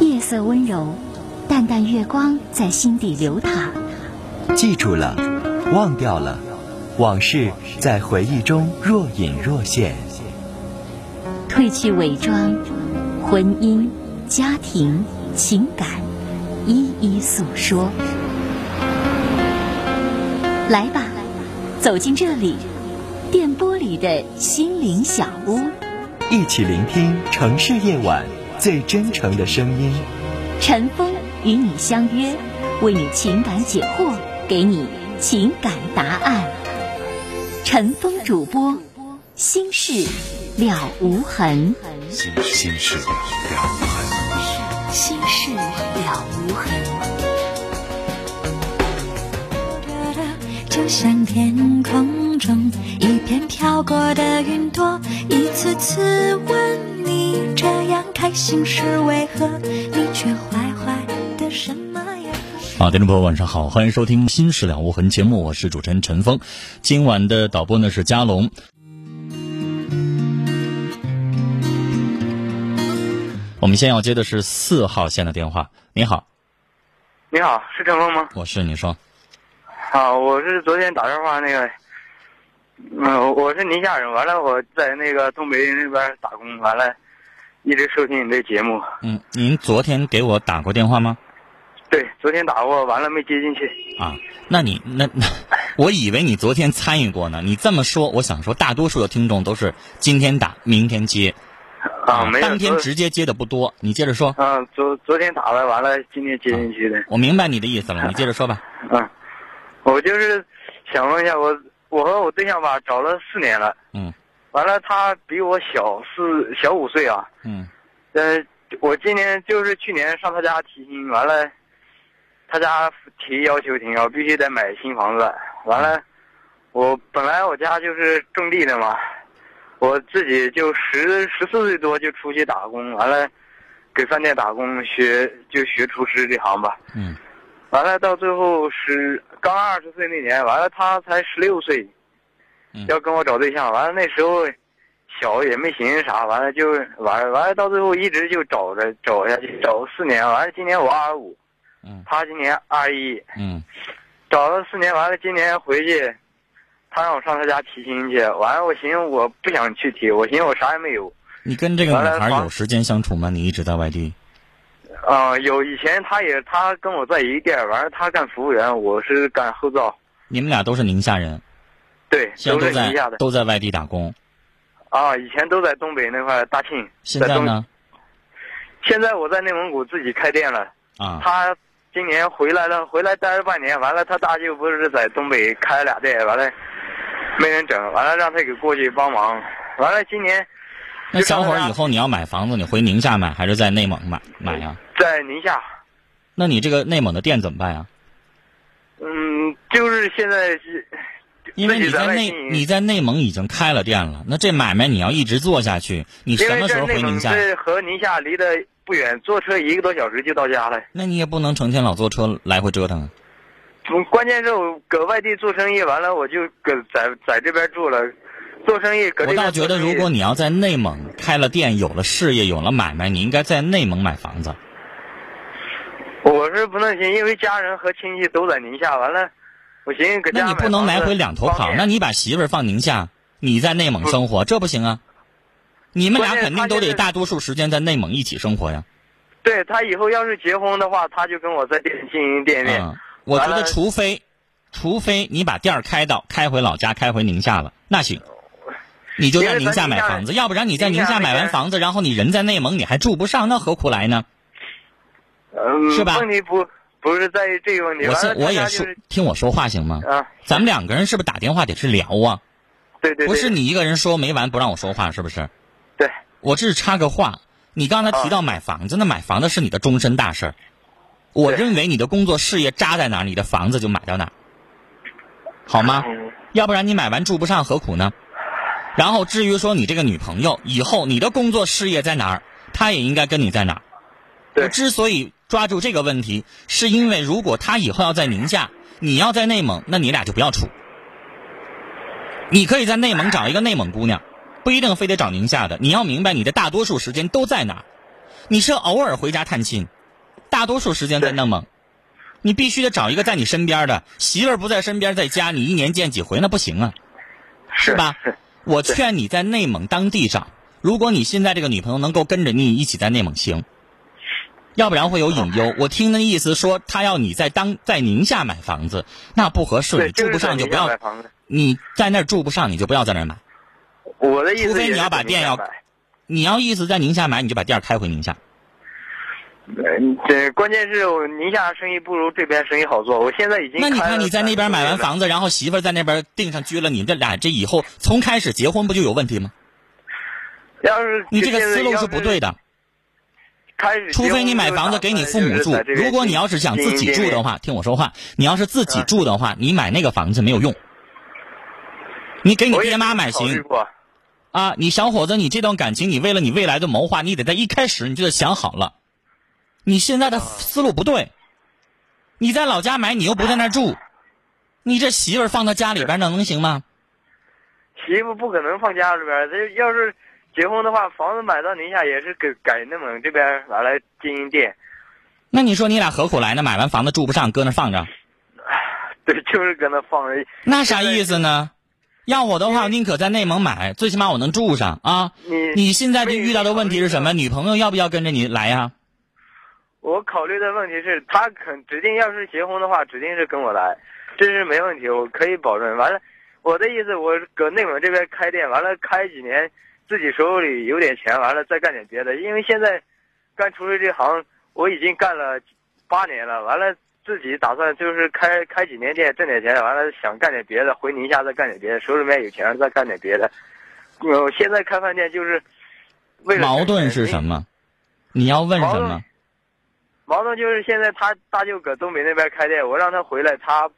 夜色温柔，淡淡月光在心底流淌。记住了，忘掉了，往事在回忆中若隐若现。褪去伪装，婚姻、家庭、情感，一一诉说。来吧，走进这里，电波里的心灵小屋，一起聆听城市夜晚最真诚的声音。陈峰与你相约，为你情感解惑，给你情感答案。陈峰主播，心事了无痕，心心事了无痕，心事了无痕。就像天空中一片飘过的云朵，一次次问你这样开心是为何，你却坏坏的什么也不。啊，听众朋友晚上好，欢迎收听《新事了无痕》节目，我是主持人陈峰，今晚的导播呢是佳龙。我们先要接的是四号线的电话。你好，你好，是陈峰吗？我是，你说。啊，我是昨天打电话那个，嗯、呃，我是宁夏人，完了我在那个东北那边打工，完了，一直收听你这节目。嗯，您昨天给我打过电话吗？对，昨天打过，完了没接进去。啊，那你那那，我以为你昨天参与过呢。你这么说，我想说，大多数的听众都是今天打，明天接，啊，没当天直接接的不多。你接着说。啊，昨昨天打了，完了今天接进去的、啊。我明白你的意思了，你接着说吧。嗯、啊。我就是想问一下，我我和我对象吧找了四年了，嗯，完了他比我小四小五岁啊，嗯，呃，我今年就是去年上他家提亲，完了，他家提要求挺高，必须得买新房子。完了，我本来我家就是种地的嘛，我自己就十十四岁多就出去打工，完了，给饭店打工学就学厨师这行吧，嗯。完了，到最后是刚二十岁那年，完了他才十六岁，要跟我找对象。完了那时候小也没寻思啥，完了就完完了到最后一直就找着找下去，找四年。完了今年我二十五，他今年二一，嗯，找了四年，完了今年回去，他让我上他家提亲去。完了我寻思我不想去提，我寻思我啥也没有。你跟这个女孩有时间相处吗？你一直在外地。啊、呃，有以前他也他跟我在一个店，完了他干服务员，我是干后灶。你们俩都是宁夏人，对，现在都是宁夏的，都在外地打工。啊，以前都在东北那块大庆。现在呢？现在我在内蒙古自己开店了。啊。他今年回来了，回来待了半年，完了他大舅不是在东北开了俩店，完了没人整，完了让他给过去帮忙，完了今年。那小伙儿以后你要买房子，你回宁夏买还是在内蒙买买呀、啊？在宁夏。那你这个内蒙的店怎么办啊？呀、嗯，就是现在是。因为你在内你在内蒙已经开了店了，那这买卖你要一直做下去，你什么时候回宁夏？这和宁夏离得不远，坐车一个多小时就到家了。那你也不能成天老坐车来回折腾。啊。嗯关键是我搁外地做生意，完了我就搁在在这边住了。做生意，我倒觉得，如果你要在内蒙开了店，有了事业，有了买卖，你应该在内蒙买房子。我是不能行，因为家人和亲戚都在宁夏。完了，我寻思搁家那你不能来回两头跑，那你把媳妇儿放宁夏，你在内蒙嗯生活，这不行啊！你们俩肯定都得大多数时间在内蒙一起生活呀。对他以后要是结婚的话，他就跟我在店进行见面、嗯。我觉得，除非，除非你把店儿开到开回老家，开回宁夏了，那行。你就在宁夏买房子，要不然你在宁夏买完房子，然后你人在内蒙，你还住不上，那何苦来呢？嗯，是吧？问题不不是在于这个问题。我是我也说，听我说话行吗？啊，咱们两个人是不是打电话得是聊啊？对对。不是你一个人说没完不让我说话，是不是？对。我这是插个话，你刚才提到买房子，那买房子是你的终身大事儿。我认为你的工作事业扎在哪儿，你的房子就买到哪儿，好吗？要不然你买完住不上，何苦呢？然后，至于说你这个女朋友以后你的工作事业在哪儿，她也应该跟你在哪儿。我之所以抓住这个问题，是因为如果她以后要在宁夏，你要在内蒙，那你俩就不要处。你可以在内蒙找一个内蒙姑娘，不一定非得找宁夏的。你要明白，你的大多数时间都在哪儿？你是偶尔回家探亲，大多数时间在内蒙。你必须得找一个在你身边的媳妇儿不在身边，在家你一年见几回那不行啊，是吧？是我劝你在内蒙当地找，如果你现在这个女朋友能够跟着你一起在内蒙行，要不然会有隐忧。我听那意思说，她要你在当在宁夏买房子，那不合适，对，你住不是在上就宁不夏要买房子。你在那儿住不上，你就不要在那儿买。我的意思除非也你是要在把宁店夏要买你要意思在宁夏买，你就把店儿开回宁夏。嗯，这关键是我宁夏生意不如这边生意好做。我现在已经那你开看了你在那边买完三房子，然后媳妇儿在那边订上居了，你这俩这以后从开始结婚不就有问题吗？四年了，要是你这个现在思路要是不对的，开始结婚除非你买房子给你父母住。如果你要是想自己住的，话，听我说话，你要是自己住的话，你买那个房子没有用。你给就你是打算在这边爹妈买我也考虑行过啊，你小伙子，你这段感情，你为了你未来的谋划，你得在一开始你就得想好了。你现啊在的思路不对，你在老家买，你又不在那儿住，你这媳妇儿放到家里边儿，那能行吗？媳妇不可能放家里边儿，这要是结婚的话，房子买到宁夏也是给改内蒙这边完了经营店，那你说你俩何苦来呢？买完房子住不上，搁那放着，对，就是搁那放着。那啥意思呢？要我的话，因为我宁可在内蒙买，最起码我能住上啊。你你现在就遇到的问题是什为么？女朋友要不要跟着你来啊呀、我考虑的问题是，他肯指定要是结婚的话，指定是跟我来，这是没问题，我可以保证。完了，我的意思，我搁内蒙这边开店，完了开几年，自己手里有点钱，完了再干点别的。因为现在干厨师这行，我已经干了八年了，完了自己打算就是开开几年店，挣点钱，完了想干点别的，回宁夏再干点别的，手里面有钱了再干点别的。我现在开饭店就是为了矛盾是什么？么？你要问矛什盾么？矛盾就是现在他大舅搁东北那边开店，我让他回来，他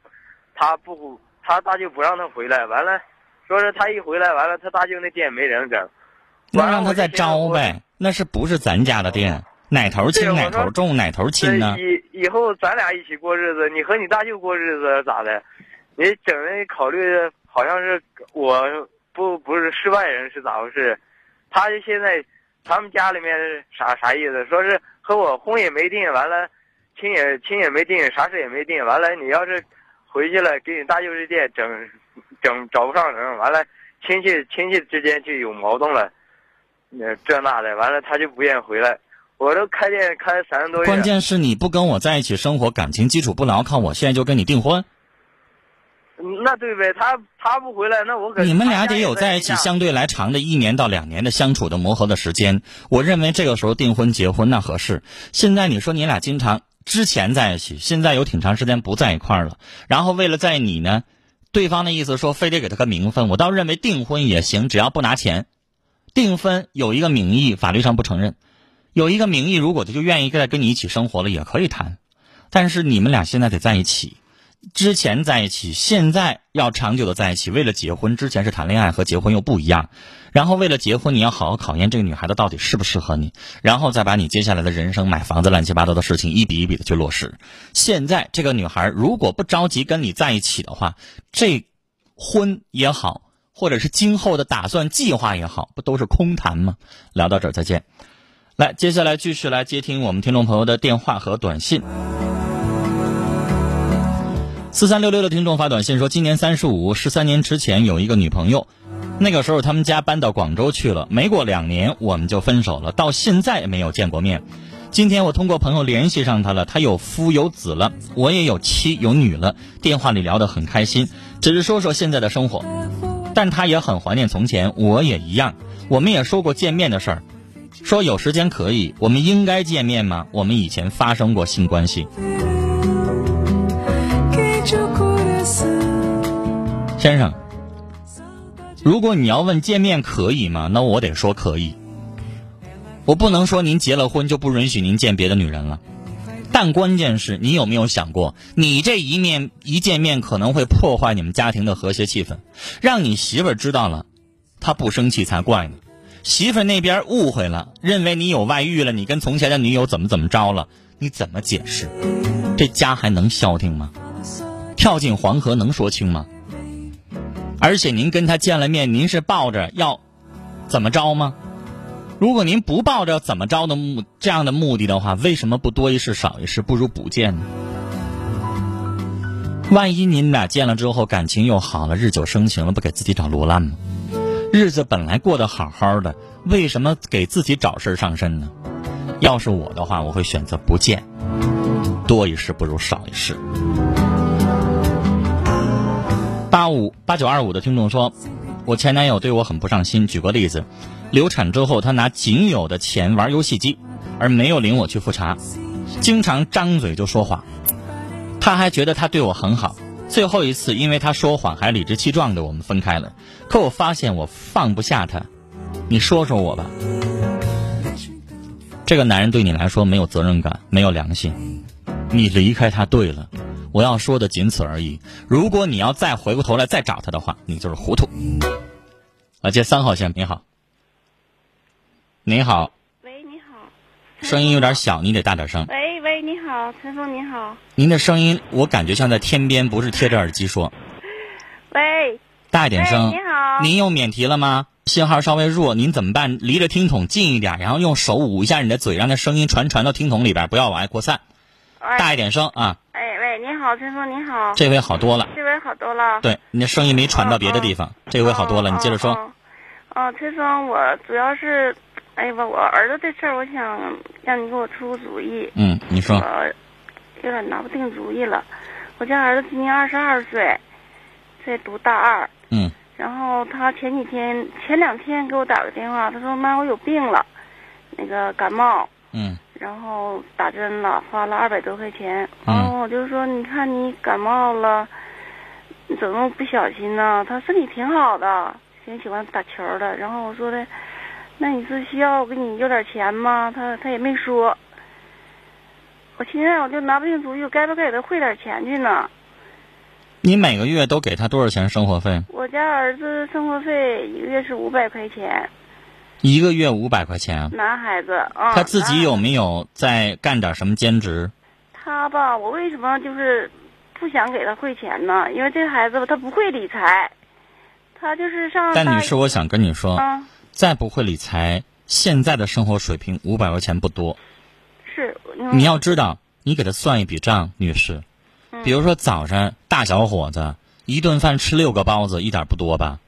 他不他大舅不让他回来，完了说是他一回来，完了他大舅那店没人整，那让他再招呗。那是不是咱家的店？哪头对轻哪我说头重，哪头这轻呢？以以后咱俩一起过日子，你和你大舅过日子咋的？你整的考虑好像是我不不是是外人是咋回事？他就现在他们家里面是啥啥意思？说是和我婚也没定，完了亲也亲也没定，啥事也没定，完了你要是回去了，给你大舅这店整整找不上人，完了亲戚亲戚之间就有矛盾了，那这那的，完了他就不愿意回来。我都开店开了三个多月了，关键是你不跟我在一起生活，感情基础不牢靠，我现在就跟你订婚，嗯那对呗，他他不回来，那我可你们俩得有在在一起相对来长的一年到两年的相处的磨合的时间。我认为这个时候订婚结婚那合适。现在你说你俩经常之前在一起，现在有挺长时间不在一块儿了，然后为了在你呢，对方的意思说非得给他个名分，我倒认为订婚也行，只要不拿钱。订婚有一个名义，法律上不承认；有一个名义，如果他就愿意再跟你一起生活了，也可以谈。但是你们俩现在得在一起，之前在一起，现在要长久的在一起。为了结婚，之前是谈恋爱，和结婚又不一样。然后为了结婚，你要好好考验这个女孩子到底适不适合你，然后再把你接下来的人生、买房子、乱七八糟的事情一笔一笔的去落实。现在这个女孩如果不着急跟你在一起的话，这婚也好，或者是今后的打算计划也好，不都是空谈吗？聊到这儿，再见。来，接下来继续来接听我们听众朋友的电话和短信。四三六六的听众发短信说，今年三十五，十三年之前有一个女朋友，那个时候他们家搬到广州去了，没过两年我们就分手了，到现在也没有见过面。今天我通过朋友联系上她了，她有夫有子了，我也有妻有女了，电话里聊得很开心，只是说说现在的生活，但她也很怀念从前，我也一样，我们也说过见面的事儿，说有时间可以，我们应该见面吗？我们以前发生过性关系，先生，如果你要问见面可以吗？那我得说可以。我不能说您结了婚就不允许您见别的女人了。但关键是你有没有想过，你这一面一见面可能会破坏你们家庭的和谐气氛，让你媳妇儿知道了，她不生气才怪呢。媳妇儿那边误会了，认为你有外遇了，你跟从前的女友怎么怎么着了，你怎么解释？这家还能消停吗？跳进黄嗯河能说清吗？而且您跟他见了面，您是抱着要怎么着吗？如果您不抱着怎么着的目这样的目的的话，为什么不多一事少一事，不如不见呢？万一你们俩见了之后感情又好了，日久生情了，不给自己找罗烂吗？日子本来过得好好的，为什么给自己找事儿上身呢？要是我的话，我会选择不见，多一事不如少一事。八五八九二五的听众说，我前男友对我很不上心。举个例子，流产之后，他拿仅有的钱玩游戏机，而没有领我去复查，经常张嘴就说谎。他还觉得他对我很好。最后一次，因为他说谎还理直气壮的，我们分开了。可我发现我放不下他，你说说我吧。这个男人对你来说没有责任感，没有良心，你离开他对了。我要说的仅此而已。如果你要再回过头来再找他的话，你就是糊涂。啊，接三号线，你好。你好，喂，你好。声音有点小，你得大点声。喂喂，你好，陈峰，你好。您的声音我感觉像在天边，不是贴着耳机说。喂，大一点声喂哎你。好您又免提了吗？信号稍微弱，您怎么办？离着听筒近一点，然后用手捂一下你的嘴，让那声音传传到听筒里边，不要往外扩散。大喂，一点声啊，哎喂，你好，陈峰，你好。这回好多了。这回哦好多了。对，你的声音没传到别的地方，这这回好多了。你接着说。哦，哦哦陈峰，我主要是，哎呀，我我儿子这事儿，我想让你给我出个主意。嗯，你说。我有点拿不定主意了。我家儿子今年二十二岁，在读大二。嗯。然后他前几天、前两天给我打个电话，他说：“妈，我有病了，那个感冒。”嗯然后打针了，花了二百多块钱。嗯然后我就说，你看你感冒了，你怎么不小心呢？他身体挺好的，挺喜欢打球的。然后我说的，那你是需要我给你要点钱吗？他他也没说。我现在我就拿不定主意，我该不该给他汇点钱去呢？你每个月都给他多少钱生活费？我家儿子生活费一个月是五百块钱，一个月五百块钱。男孩子啊。他自己男有没有在干点什么兼职？他吧，我为什么就是不想给他汇钱呢？因为这孩子吧，他不会理财，他就是上大但女士，我想跟你说，啊，再不会理财，现在的生活水平五百块钱不多。是嗯你要知道，你给他算一笔账，女士，比如说早上大小伙子一顿饭吃六个包子，一点不多吧？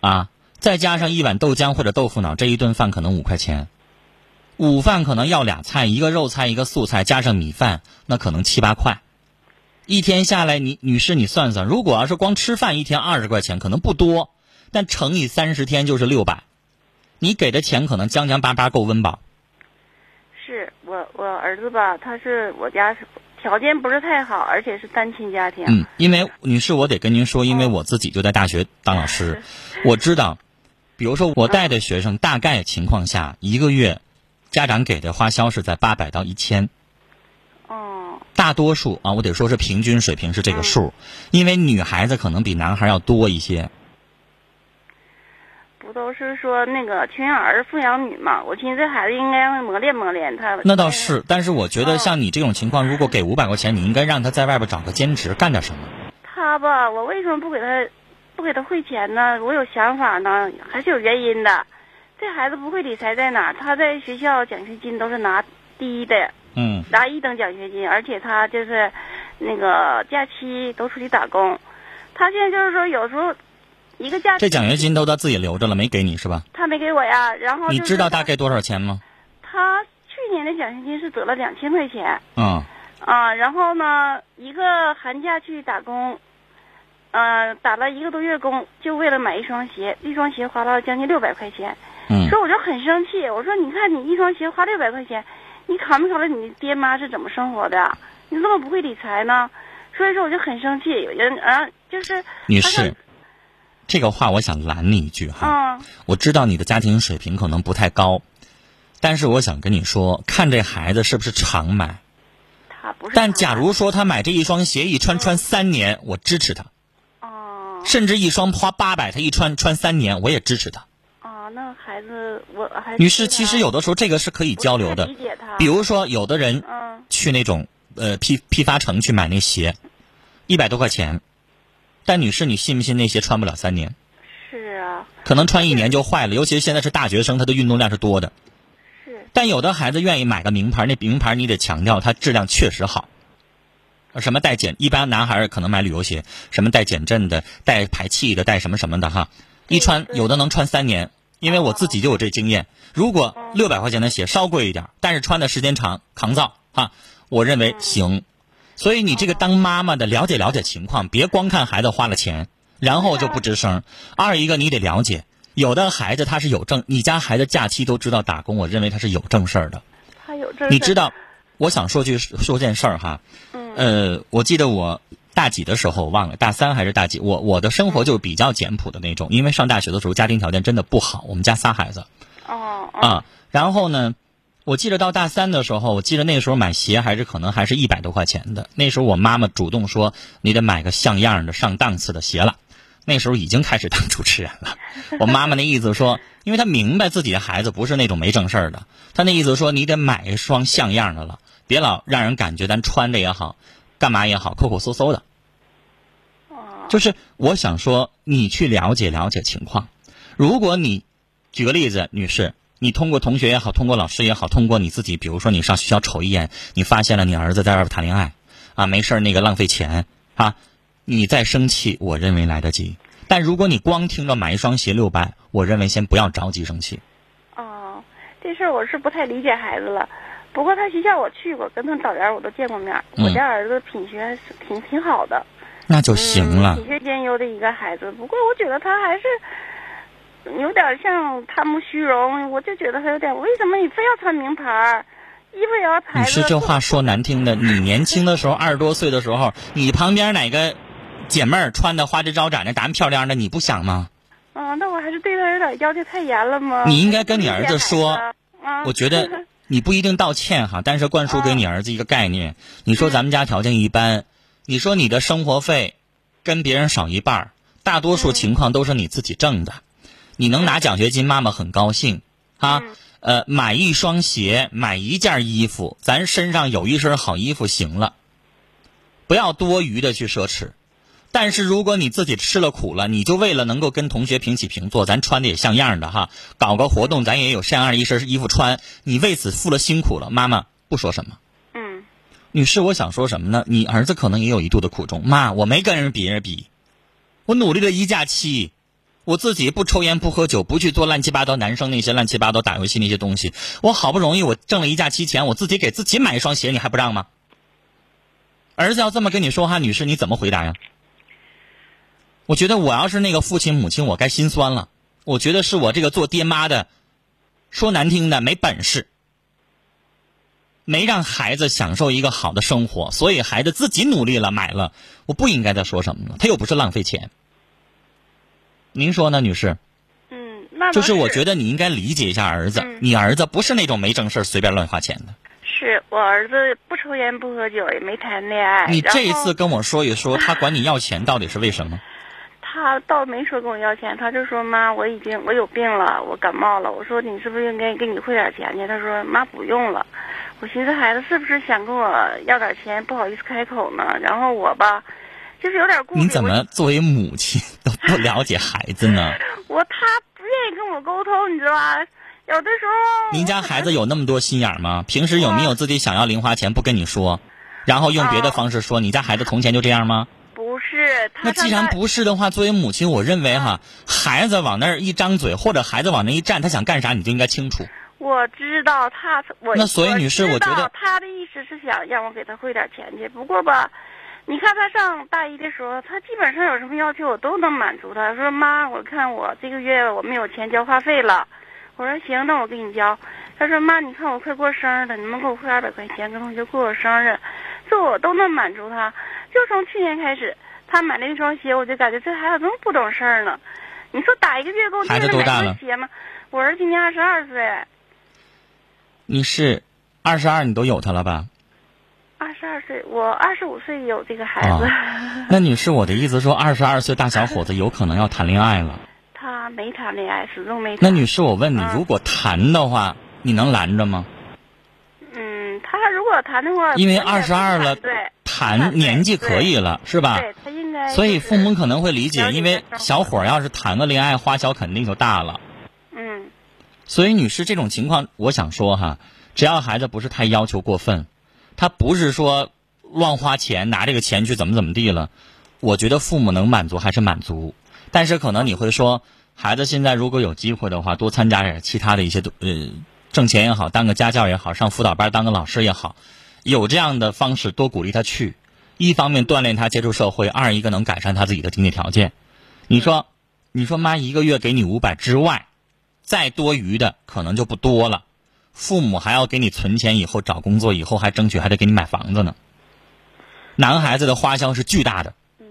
啊，再加上一碗豆浆或者豆腐脑，这一顿饭可能五块钱，午饭可能要俩菜，一个肉菜一个素菜，加上米饭，那可能七八块。一天下来，你女士你算算，如果要是光吃饭一天二十块钱，可能不多，但乘以三十天就是六百，你给的钱可能将将巴巴够温饱。是我我儿子吧，他是我家是条件不是太好，而且是单亲家庭。嗯，因为女士，我得跟您说，因为我自己就在大学当老师，我知道，比如说我带的学生，大概情况下一个月，家长给的花销是在八百到一千，哦，大多数啊，我得说是平均水平是这个数，因为女孩子可能比男孩要多一些。不都是说那个穷养儿富养女嘛？我寻思这孩子应该磨练磨练他。那倒是，但是我觉得像你这种情况，如果给五百块钱，你应该让他在外边找个兼职干点什么。他吧，我为什么不给他不给他汇钱呢？我有想法呢，还是有原因的。这孩子不会理财在哪儿？他在学校奖学金都是拿第一的，嗯拿一等奖学金，而且他就是那个假期都出去打工。他现在就是说，有时候一个假期这奖学金都他自己留着了，没给你是吧？他没给我呀，然后你就是知道他大概多少钱吗？他去年的奖学金是得了两千块钱，嗯，啊，然后呢，一个寒假去打工，呃，打了一个多月工，就为了买一双鞋，一双鞋花了将近六百块钱。嗯所以我就很生气，我说你看你一双鞋花六百块钱，你考没考虑你爹妈是怎么生活的？你怎么不会理财呢？所以说我就很生气，人啊就是女好像士，这个话我想拦你一句哈。嗯我知道你的家庭水平可能不太高，但是我想跟你说，看这孩子是不是常买。他不是但他假如说他买这一双鞋一穿穿三年，我支持他；哦甚至一双花八百，他一穿穿三年，我也支持他。哦，那孩子我还女是士，对其他实有的时候这个是可以不交太流的理，解他比如说有的人嗯去那种呃批批发城去买那鞋，一百多块钱，但女士你信不信那鞋穿不了三年？是啊。道。可能穿一年就坏了，尤其是现在是大学生，他的运动量是多的。是但有的孩子愿意买个名牌，那名牌你得强调它质量确实好。什么带减，一般男孩儿可能买旅游鞋，什么带减震的、带排气的、带什么什么的哈，一穿有的能穿三年，因为我自己就有这经验。如果六百块钱的鞋稍贵一点儿，但是穿的时间长，抗造哈，我认为行。啊所以你这个当妈妈的了解了解情况，别光看孩子花了钱，然后就不吱声。二一个你得了解，有的孩子他是有正，你家孩子假期都知道打工，我认为他是有正事儿的。他有这，你知？道，我想说句说件事儿哈，呃，我记得我大几的时候我忘了，大三还是大几，我我的生活就比较简朴的那种，因为上大学的时候家庭条件真的不好，我们家仨孩子哦哦，啊，然后呢。我记得到大三的时候，我记得那时候买鞋还是可能还是一百多块钱的。那时候我妈妈主动说：“你得买个像样的、上档次的鞋了。”那时候已经开始当主持人了。我妈妈那意思说， 因为她明白自己的孩子不是那种没正事儿的，她那意思说你得买一双像样的了，别老让人感觉咱穿着也好，干嘛也好，抠抠搜搜的。就是我想说，你去了解了解情况。如果你，举个例子，女士，你通过同学也好，通过老师也好，通过你自己，比如说你上学校瞅一眼，你发现了你儿子在外边谈恋爱，啊，没事儿那个浪费钱啊，你再生气，我认为来得及。但如果你光听着买一双鞋六百，我认为先不要着急生气。哦，这事儿我是不太理解孩子了。不过他学校我去过，跟他导员我都见过面儿。嗯我家儿子品学还是挺挺好的，那就行了品，学兼优的一个孩子。不过我觉得他还是有点像贪慕虚荣，我就觉得他有点，为什么你非要穿名牌儿，衣服也要牌你子？是这不话说难听的。你年轻的时候，二十多岁的时候，你旁边哪个姐妹儿穿的花枝招展的，打扮漂亮的，你不想吗？啊，那我还是对他有点要求太严了吗？你应该跟你儿子说啊，我觉得你不一定道歉哈，但是灌输给你儿子一个概念。你说咱们家条件一般，你说你的生活费跟别人少一半儿，大多数情况都是你自己挣的，你能拿奖学金，妈妈很高兴啊。呃，买一双鞋，买一件衣服，咱身上有一身好衣服行了，不要多余的去奢侈。但是如果你自己吃了苦了，你就为了能够跟同学平起平坐，咱穿的也像样的哈，搞个活动咱也有像样一身衣服穿，你为此付了辛苦了，妈妈不说什么。 嗯，女士，我想说什么呢？你儿子可能也有一度的苦衷，妈，我没跟人别人比，我努力了一假期，我自己不抽烟不喝酒，不去做乱七八糟男生那些乱七八糟打游戏那些东西，我好不容易我挣了一假期钱，我自己给自己买一双鞋，你还不让吗？儿子要这么跟你说话，女士你怎么回答呀？我觉得我要是那个父亲母亲，我该心酸了。我觉得是我这个做爹妈的，说难听的没本事，没让孩子享受一个好的生活，所以孩子自己努力了买了，我不应该再说什么了。他又不是浪费钱。您说呢，女士？嗯，那倒就是我是觉得你应该理解一下儿子，嗯你儿子不是那种没正事儿随便乱花钱的。是我儿子不抽烟不喝酒，也没谈恋爱。你这一哎然后次跟我说一说，他管你要钱到底是为什 么？他倒没说跟我要钱，他就说妈，我已经我有病了，我感冒了。我说你是不是应该给你汇点钱去？他说妈不用了。我寻思孩子是不是想跟我要点钱，不好意思开口呢？然后我吧，就是有点顾虑。你怎么作为母亲都不了解孩子 呢？我？我他不愿意跟我沟通，你知道吧？有的时候您家孩子有那么多心眼儿吗？平时有没有自己想要零花钱不跟你说，然后用别啊的方式说？你家孩子从前就这样吗？不是啊他那既然不是的话，作为母亲，我认为哈，孩子往那儿一张嘴，或者孩子往那一站，他想干啥你就应该清楚。我知道他，我那所以女士我我觉知道得他的意思是想让我给他汇点钱去，不过吧，你看他上大一的时候，他基本上有什么要求我都能满足他。说妈，我看我这个月我没有钱交话费了，我说行，那我给你交。他说妈，你看我快过生日了，你能给我汇二百块钱，跟同学过我生日，这我都能满足他。就从去年开始，他买那双鞋，我就感觉这孩子怎么不懂事儿呢？你说打一个月够孩挣子了多买大双了鞋吗？我儿子今年二十二岁。你是二十二，你都有他了吧？二十二岁，我二十五岁有这个孩子，啊，那女士，我的意思说，二十二岁大小伙子有可能要谈恋爱了。 他没谈恋爱，始终没谈。那女士，我问你嗯，如果谈的话，你能拦着吗？嗯，他如果谈的话，因为我也不二十二了反对，，谈年纪可以了，是吧？对他应该就是、所以父母可能会理了解，解因为一下小伙儿要是谈个恋爱，花销肯定就大了。嗯所以女士这种情况，我想说哈，只要孩子不是太要求过分，他不是说乱花钱，拿这个钱去怎么怎么地了，我觉得父母能满足还是满足。但是可能你会说，孩子现在如果有机会的话，多参加点其他的一些呃挣钱也好，当个家教也好，上辅导班当个老师也好，有这样的方式多鼓励他去。一方面锻炼他接触社会，二一个能改善他自己的经济条件。你说，你说妈一个月给你五百之外，再多余的可能就不多了。父母还要给你存钱，以后找工作，以后还争取还得给你买房子呢。男孩子的花销是巨大的，嗯，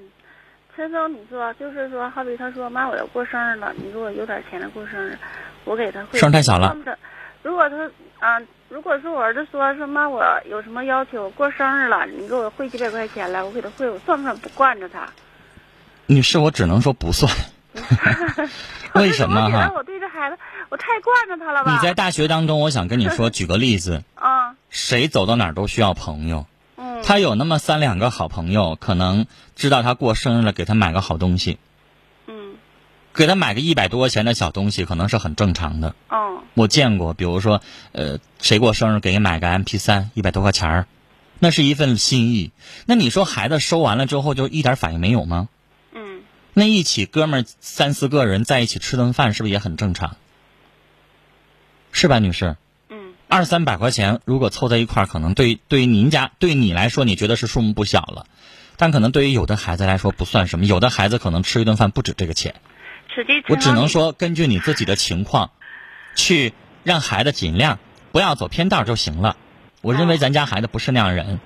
陈总，你说就是说，好比他说妈，我要过生日了，你给我有点钱来过生日，我给他会。声太小了。如果他啊、如果说我儿子说说妈，我有什么要求，过生日了，你给我汇几百块钱来，我给他汇，我算不算不惯着他？女士，我只能说 不算。为什么我觉得哈？我对这孩子，我太惯着他了吧？你在大学当中，我想跟你说，举个例子，啊，谁走到哪儿都需要朋友。嗯，他有那么三两个好朋友，可能知道他过生日了，给他买个好东西，嗯，给他买个一百多块钱的小东西，可能是很正常的。哦，我见过，比如说，呃，谁过生日给买个 MP 三，一百多块钱儿，那是一份心意。那你说孩子收完了之后就一点反应没有吗？嗯，那一起哥们儿三四个人在一起吃顿饭，是不是也很正常？是吧，女士？嗯，二三百块钱如果凑在一块儿，可能对对于您家对你来说，你觉得是数目不小了，但可能对于有的孩子来说不算什么，有的孩子可能吃一顿饭不止这个钱。实际我只能，说，根据你自己的情况，去让孩子尽量不要走偏道就行了。我认为咱家孩子不是那样人，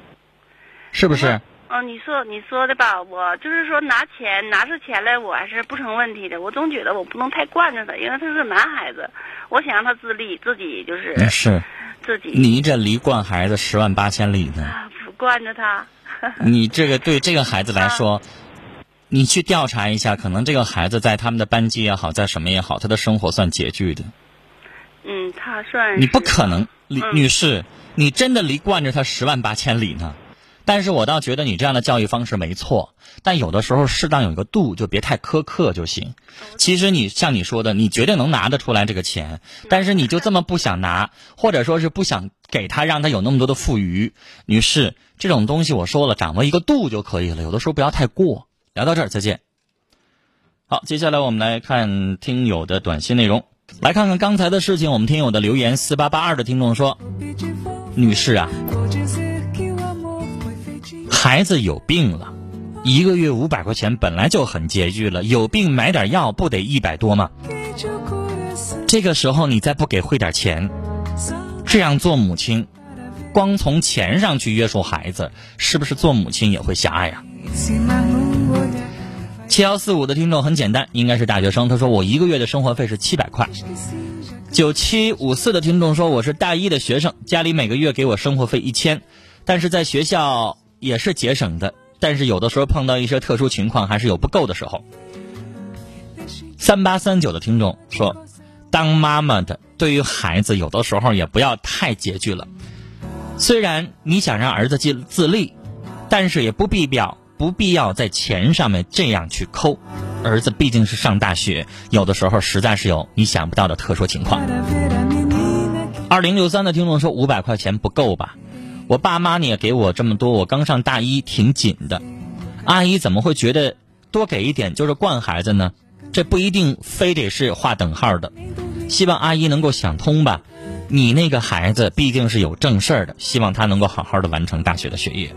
是不是？嗯、你说你说的吧，我就是说拿钱拿出钱来，我还是不成问题的。我总觉得我不能太惯着他，因为他是男孩子，我想让他自立，自己嗯就是女士，自己你这离惯孩子十万八千里呢。 啊，不惯着他。你这个对这个孩子来说，你去调查一下，可能这个孩子在他们的班级也好，在什么也好，他的生活算拮据的。嗯，他算你不是可能，李嗯女士，你真的离惯着他十万八千里呢。但是我倒觉得你这样的教育方式没错，但有的时候适当有一个度，就别太苛刻就行。其实你像你说的，你绝对能拿得出来这个钱，但是你就这么不想拿，或者说是不想给他，让他有那么多的富余。女士，这种东西我说了，掌握一个度就可以了，有的时候不要太过。聊到这儿，再见。好，接下来我们来看听友的短信内容，来看看刚才的事情。我们听友的留言，四八八二的听众说：“女士啊，孩子有病了，一个月五百块钱本来就很拮据了，有病买点药不得一百多吗？这个时候你再不给汇点钱，这样做母亲，光从钱上去约束孩子，是不是做母亲也会狭隘啊？”七幺四五的听众很简单，应该是大学生。他说我一个月的生活费是七百块。九七五四的听众说我是大一的学生，家里每个月给我生活费一千，但是在学校也是节省的，但是有的时候碰到一些特殊情况还是有不够的时候。三八三九的听众说，当妈妈的对于孩子有的时候也不要太拮据了，虽然你想让儿子自自立，但是也不必要不必要在钱上面这样去抠。儿子毕竟是上大学，有的时候实在是有你想不到的特殊情况。二零六三的听众说五百块钱不够吧？我爸妈呢也给我这么多，我刚上大一，挺紧的。阿姨怎么会觉得多给一点就是惯孩子呢？这不一定非得是划等号的。希望阿姨能够想通吧。你那个孩子毕竟是有正事儿的，希望他能够好好的完成大学的学业。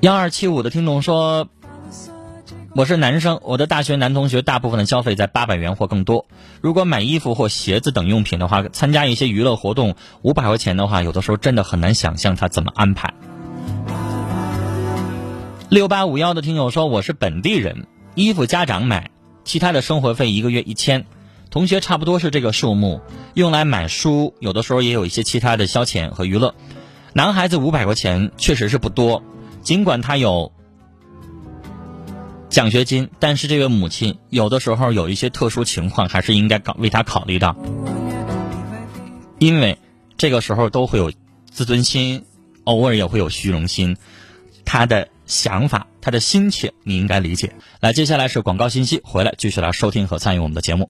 幺二七五的听众说，我是男生，我的大学男同学大部分的消费在八百元或更多。如果买衣服或鞋子等用品的话，参加一些娱乐活动，五百块钱的话，有的时候真的很难想象他怎么安排。六八五幺的听友说，我是本地人，衣服家长买，其他的生活费一个月一千，同学差不多是这个数目，用来买书，有的时候也有一些其他的消遣和娱乐。男孩子五百块钱确实是不多，尽管他有奖学金，但是这位母亲有的时候有一些特殊情况，还是应该考为他考虑到，因为这个时候都会有自尊心，偶尔也会有虚荣心。他的想法、他的心情，你应该理解。来，接下来是广告信息，回来继续来收听和参与我们的节目。